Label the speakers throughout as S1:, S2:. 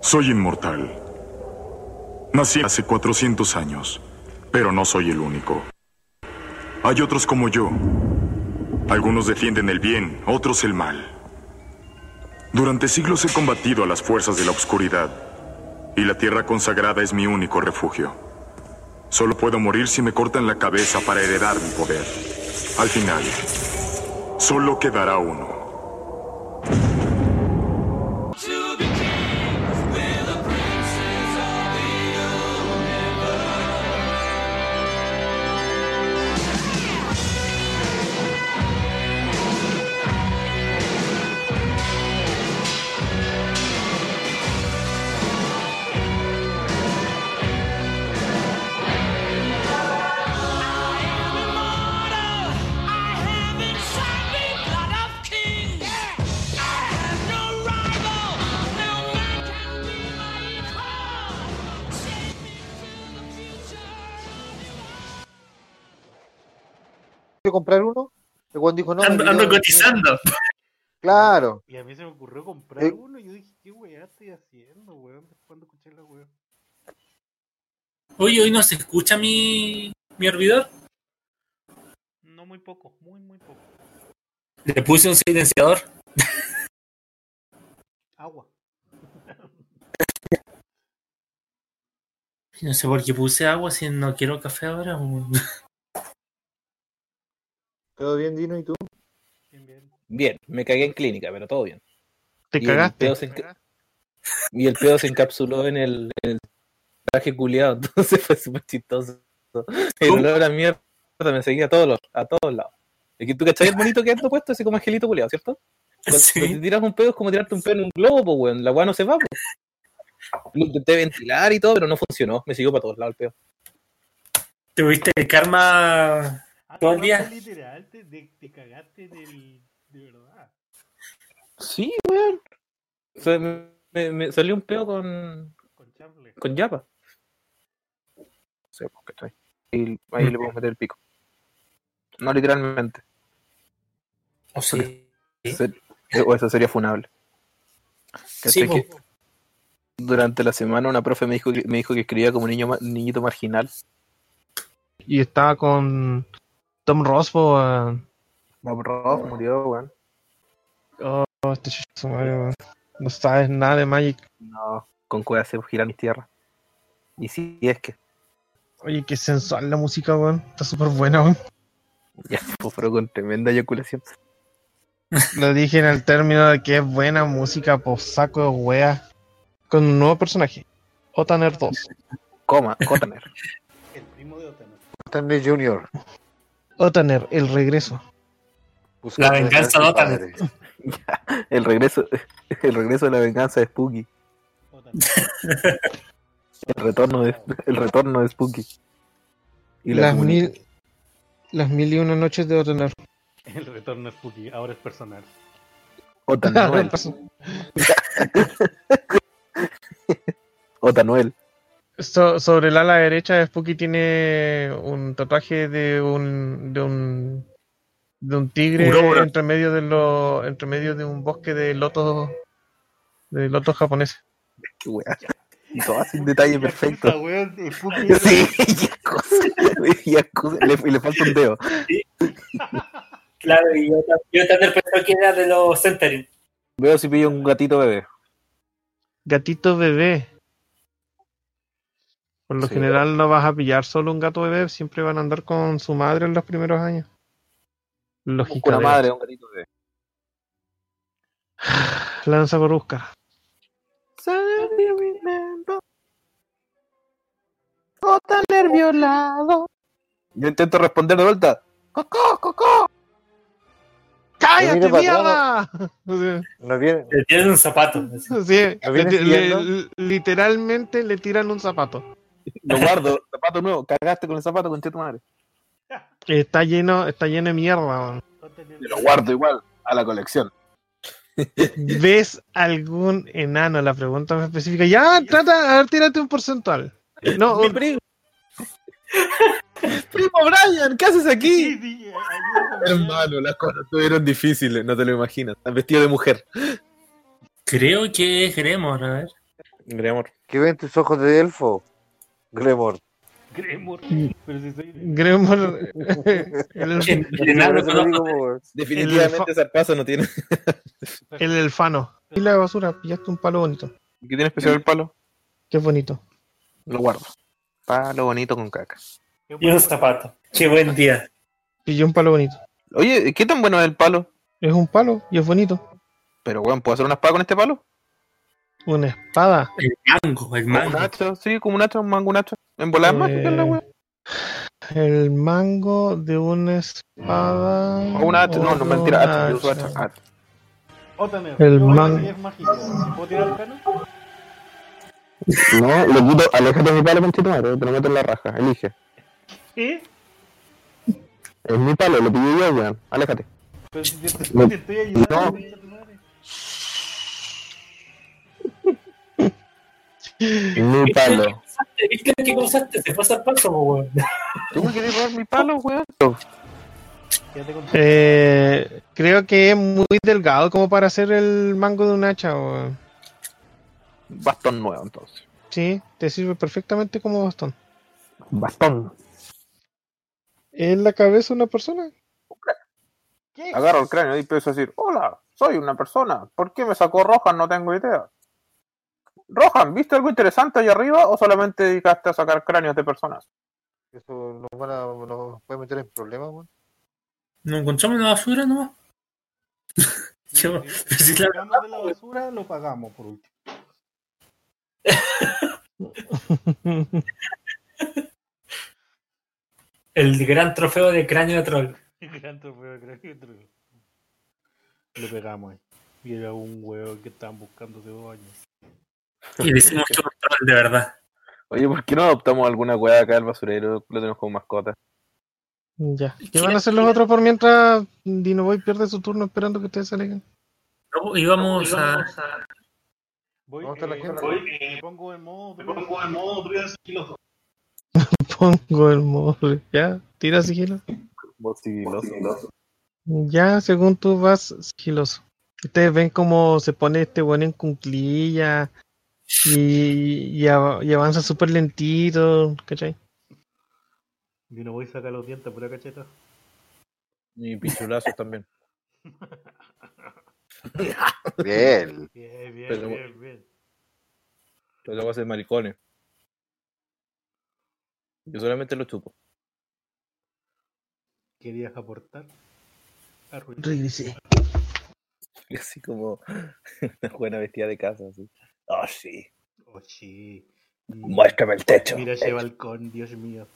S1: Soy inmortal. Nací hace 400 años, pero no soy el único. Hay otros como yo. Algunos defienden el bien, otros el mal. Durante siglos he combatido a las fuerzas de la oscuridad, y la tierra consagrada es mi único refugio. Solo puedo morir si me cortan la cabeza para heredar mi poder. Al final, solo quedará uno.
S2: comprar uno. El weón dijo, no. me
S3: Ando,
S2: olvidé
S3: ando
S2: de-
S3: cotizando.
S2: Claro.
S4: Y a mí se me ocurrió comprar
S2: Eh.
S4: uno y yo dije, ¿qué weá estoy haciendo, weón? Cuando escuché la weá.
S3: Hoy, hoy no se escucha mi, mi hervidor.
S4: No muy poco, muy, muy poco.
S3: Le puse un silenciador.
S4: Agua.
S3: No sé por qué puse agua si no quiero café ahora. weón.
S2: Todo bien, Dino, ¿y tú?
S4: Bien, bien.
S5: Bien, me cagué en clínica, pero todo bien.
S6: Te
S5: Y el
S6: cagaste.
S5: pedo se enca- Y el pedo se encapsuló en el, en el traje culiado, entonces fue súper chistoso. El olor a mierda me seguía a todos, los- a todos lados. Es que tú cachai el bonito que ando puesto, ese como angelito culiado, ¿cierto? Cuando, cuando
S3: Sí.
S5: te tiras un pedo es como tirarte un pedo en un globo, po, weón. La weá no se va, po. Lo intenté ventilar y todo, pero no funcionó. Me siguió para todos lados el pedo.
S3: Tuviste el karma.
S4: Ah,
S3: Todo el
S4: te cagaste
S3: día.
S4: Literal, te, te- te cagaste del. De verdad.
S5: Sí, weón. O sea, me, me- me salió un pedo con,
S4: Con chamble.
S5: con yapa. No sé, po, cachai. Y ahí le puedo meter el pico. No literalmente.
S3: O sí.
S5: Ser- eh, O eso sería funable.
S3: Sí,
S5: ¿Cachai que durante la semana una profe me dijo que, me dijo que escribía como niño ma- niñito marginal.
S6: Y estaba con Tom Rosbo. ah,
S5: No, bro, murió, weón.
S6: oh, este chucho su madre, weón. No sabes nada de Magic.
S5: No, con cueva se girar mis tierras. Y si es que.
S6: Oye, qué sensual la música, weón. Está súper buena, weón.
S5: Ya, fósforo con tremenda eyaculación.
S6: Lo dije en el término de que es buena música por saco de wea. Con un nuevo personaje. Otaner 2.
S5: Coma, Cotner.
S4: El primo de Otano.
S2: Stanley Jr.
S6: Otaner, el regreso.
S2: buscando
S3: La venganza
S2: dejar
S3: de
S2: a su padre.
S5: El regreso, el regreso de la venganza de Spooky.
S4: Otano.
S5: El retorno de, el retorno de Spooky. Y la
S6: las,
S5: comunión.
S6: mil, las mil y una noches de Otaner.
S4: El retorno es Spooky, ahora es personal.
S5: Otanoel. Otanoel.
S6: So- sobre el ala derecha, Spooky tiene un tatuaje de un de un de un tigre
S3: Aurora.
S6: entre medio de lo, entre medio de un bosque de lotos de lotos japoneses.
S5: Qué weá. Y todo así en detalle perfecto.
S4: Puta, weón, el Spooky es-
S5: Sí, Yakuza, güey, Yakuza, le, y le falta un dedo.
S3: Claro, y yo, ta- yo también pensé que era de los Centering.
S5: Veo si pillo un gatito bebé.
S6: Gatito bebé. Por lo
S5: Sí.
S6: general no vas a pillar solo un gato bebé, siempre van a andar con su madre en los primeros años. Lógica.
S5: Una
S6: de-
S5: madre, un gatito bebé.
S6: Lanza por buscar.
S5: Yo intento responder de vuelta. ¡Cocó, cocó!
S2: Mira
S6: ¡Cállate,
S2: para
S6: mierda! O sea,
S2: ¿No viene?
S3: Le tienen un zapato. así.
S6: Sí, le-
S2: vienes
S6: le-
S2: siguiendo?
S6: literalmente le tiran un zapato.
S5: Lo guardo, zapato nuevo. Cagaste con el zapato, con tu madre.
S6: Está lleno, está lleno de mierda.
S4: Otano.
S5: Lo guardo igual a la colección.
S6: man. ¿Ves algún enano? La pregunta más específica. Ya, trata, a ver, tírate un porcentual. No, un-
S5: primo. primo Brian, ¿qué haces
S4: Sí,
S5: aquí?
S4: sí, ayúdame.
S5: Hermano, las cosas estuvieron difíciles, no te lo imaginas. Estás vestido de mujer.
S3: Creo que es Gremor, a ver.
S7: Gremor.
S2: Que ven tus ojos de elfo, Gremor.
S4: Gremor. Pero si soy de-
S6: Gremor. el, elf-
S3: El enano
S2: Eso lo
S3: con
S2: digo,
S3: ojos-
S2: po, weón.
S7: Definitivamente Zarpazo no tiene.
S6: el elfano. Y la basura, pillaste un palo bonito.
S5: ¿Qué tiene especial el palo?
S6: Qué bonito.
S5: Lo guardo. Palo bonito con caca.
S4: Qué
S3: y un
S4: bueno.
S3: zapato. Qué buen día.
S6: Pillé un palo bonito.
S5: Oye, ¿qué tan bueno es el palo?
S6: Es un palo y es bonito.
S5: Pero, weón, ¿puedo hacer una espada con este palo?
S6: Una espada.
S3: El mango, el
S5: Como un
S3: mango.
S5: hacha, sí, como un hacha, un mango, un hacha. ¿En volar más? ¿Qué es la
S6: Eh,
S5: weón?
S6: El mango de una espada.
S5: O un hacha, no, no, mentira, hacha, yo uso hacha.
S6: hacha.
S5: hacha.
S4: Ótame,
S6: El
S4: yo
S6: man-
S4: sí es mágico. ¿Puedo tirar el cano?
S8: No, le quito, aléjate de mi palo, continuar, te lo meto en la raja, elige.
S4: ¿Eh?
S8: Es mi palo, lo pillé yo, weón, aléjate.
S4: Pero si te,
S8: No.
S4: te estoy ayudando,
S8: No.
S4: concha tu madre.
S8: Mi palo.
S3: ¿Viste qué usaste? Se fue zapato, weón.
S5: ¿Tú me querés robar mi palo, weón?
S4: Ya te conté.
S6: Eh, creo que es muy delgado como para hacer el mango de un hacha. weón.
S5: Bastón nuevo, entonces.
S6: Sí, te sirve perfectamente como bastón.
S5: Bastón.
S6: ¿Es la cabeza de una persona?
S4: ¿Qué?
S5: Agarro el cráneo y empiezo a decir, hola, soy una persona. ¿Por qué me sacó Rohan? No tengo idea. Rohan, ¿viste algo interesante ahí arriba o solamente dedicaste a sacar cráneos de personas?
S2: Eso nos, van a, nos puede meter en problemas, weón.
S3: ¿No encontramos la basura nomás? Qué
S6: Eh.
S3: bueno. Pero si la-
S4: Lo sacamos de la basura, lo pagamos por último.
S3: El gran trofeo de cráneo de troll.
S4: Gran trofeo, gran trofeo. Lo pegamos ahí. Y era un huevo que estaban buscando hace dos años.
S3: Y decimos que es un troll de verdad.
S5: Oye, ¿por qué no adoptamos alguna weá acá del basurero? Lo tenemos como mascota.
S6: Ya. ¿Qué
S3: ¿Qué
S6: van a hacer los
S3: hacía?
S6: otros por mientras Dinoboy pierde su turno esperando que ustedes se alejen?
S3: No, íbamos a.
S4: Voy, eh,
S2: ¿Dónde está la gente?
S4: voy, me pongo en modo. Me pongo en modo.
S6: Pongo el modo. Ya, tira sigilo.
S5: Vos sigiloso.
S6: Ya, según tú vas sigiloso. Ustedes ven cómo se pone este weón en cunclilla y, y av- y avanza súper lentito, ¿cachai?
S4: Y no voy a sacar los dientes por la cacheta.
S7: Y pichulazos también.
S2: Bien.
S4: Bien, bien,
S7: Pero-
S4: bien, bien.
S5: Pues
S7: Pero luego hacer maricones. Yo solamente lo chupo.
S4: ¿Querías aportar? Arruinar.
S6: Regresé.
S7: Y Así como una buena vestida de casa. Así. Oh, sí.
S4: Oh, sí.
S7: Muéstrame el techo. Eh,
S4: Mira ese balcón, Dios mío.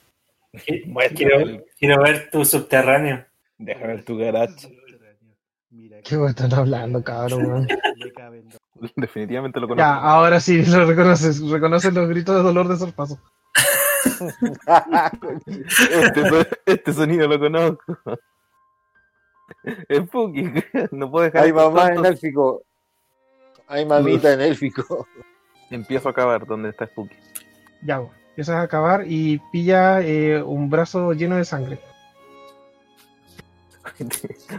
S7: Muéstrame
S3: Quiero,
S7: el-
S3: quiero ver tu subterráneo.
S7: Déjame ver tu garage.
S4: Mira,
S6: ¿Qué weón están hablando, cabrón? weón?
S4: le caben dos.
S5: Definitivamente lo
S6: Ya, ah.
S5: conozco.
S6: ahora sí lo reconoces. Reconoces los gritos de dolor de sorpaso.
S5: Este, son- este sonido lo conozco. Es Puki. No puedo dejar.
S2: Hay
S5: estos
S2: mamá en
S5: tontos.
S2: élfico. Hay mamita en élfico.
S5: Empiezo a acabar donde está Spooky.
S6: Ya, weón. Empiezas a acabar y pilla eh, un brazo lleno de sangre.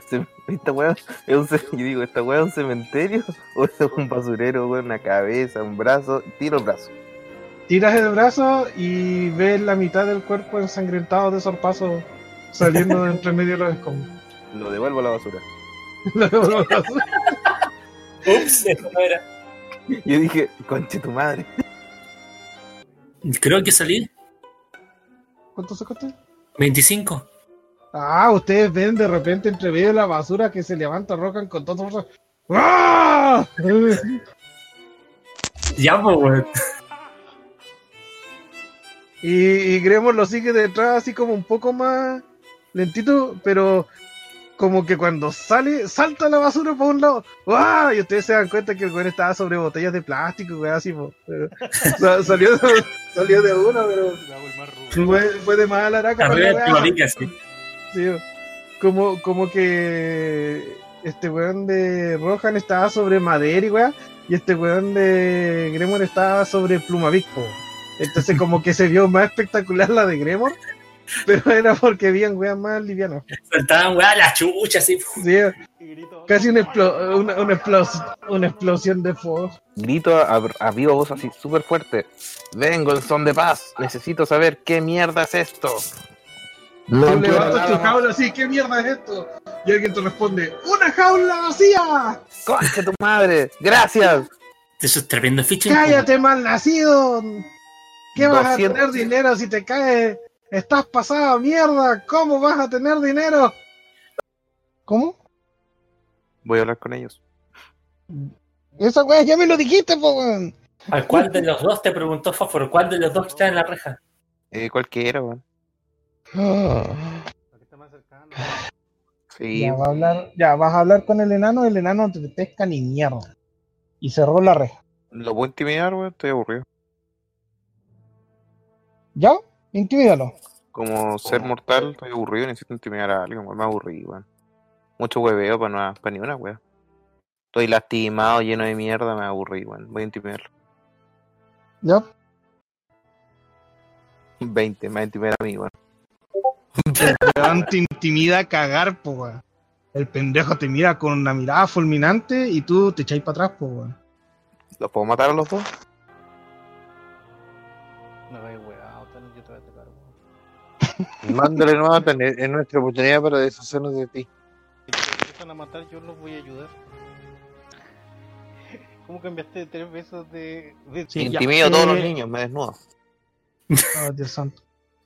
S5: Se- Esta weá es un, ce- yo digo, ¿esta weá es un cementerio o es un basurero, weón? Una cabeza, un brazo, tiro el brazo.
S6: Tiras el brazo y ves la mitad del cuerpo ensangrentado de sorpaso saliendo de entre medio de los escombros.
S5: Lo devuelvo a la basura.
S6: Los brazos.
S3: Ups, eso no era.
S5: Yo dije, conche tu madre.
S3: Creo que salí.
S6: ¿Cuánto sacaste?
S3: 25.
S6: Ah, ustedes ven de repente entre medio de la basura que se levanta Rocan con todo fuerza. ¡Ah!
S3: Ya, pues, po, weón.
S6: Y, y Gremor lo sigue detrás así como un poco más lentito, pero como que cuando sale, salta la basura por un lado. ¡Ah! Y ustedes se dan cuenta que el güey estaba sobre botellas de plástico, güey, así. po. Sa- salió, salió de una, pero
S4: Me hago el más rudo.
S6: fue, fue de más alaraca. para la
S3: Arriba de tu
S6: wea.
S3: barriga, sí.
S6: Sí, como, como que este weón de Rohan estaba sobre madera y weá, y este weón de Gremor estaba sobre Plumavisco. Entonces como que se vio más espectacular la de Gremor, pero era porque habían weas más livianas.
S3: Saltaban, weón, las chuchas, así.
S6: Sí,
S4: Y grito.
S6: Casi una, explo- una, una explos- una explosión de fuego.
S5: Grito a, a viva voz así súper fuerte. Vengo en son de paz. Necesito saber qué mierda es esto.
S9: No
S6: Tú
S9: entiendo
S6: levantas tu
S9: nada más.
S6: jaula así, ¿qué mierda es esto? Y alguien te responde, ¡una jaula vacía!
S5: ¡Concha tu madre! ¡Gracias!
S3: Eso es tremendo fiching.
S6: ¡Cállate, malnacido! ¿Qué vas a
S5: 200.
S6: tener dinero si te caes? ¡Estás pasada mierda! ¿Cómo vas a tener dinero?
S10: ¿Cómo?
S5: Voy a hablar con ellos.
S10: Esa weá ya me lo dijiste, po, weón.
S3: ¿Al pues. cuál de los dos te preguntó Fósforo? ¿Cuál de los dos está en la reja?
S5: Eh, cualquiera, weón.
S10: Ah.
S4: Aquí está más cercano.
S5: Sí.
S10: Ya, va a hablar, ya vas a hablar con el enano, el enano no te pesca ni mierda. Y cerró la reja.
S5: Lo puedo intimidar, weón. Estoy aburrido.
S10: ¿Ya? Intimídalo.
S5: Como ser mortal, estoy aburrido. Necesito intimidar a alguien, weón. Me aburrí, weón. Mucho hueveo para no, pa' ni una, weón. Estoy lastimado, lleno de mierda. Me aburrí, weón. Voy a intimidarlo.
S10: ¿Ya?
S5: 20, me va a intimidar a mí, weón.
S6: Weón, te intimida a cagar, po, weón. El pendejo te mira con una mirada fulminante y tú te echáis para atrás, po, weón.
S5: ¿Los puedo matar a los dos?
S4: No eh, hagáis weá, Otani, yo te voy a atacar, weón.
S2: Mándale nueva tener, es nuestra oportunidad para deshacernos de ti.
S4: Si te empiezan a matar, yo los voy a ayudar. ¿Cómo cambiaste de tres besos de. de-
S6: Sí, ya.
S5: Intimido a todos
S6: Eh,
S5: los niños, me desnudo.
S6: Oh, Dios santo.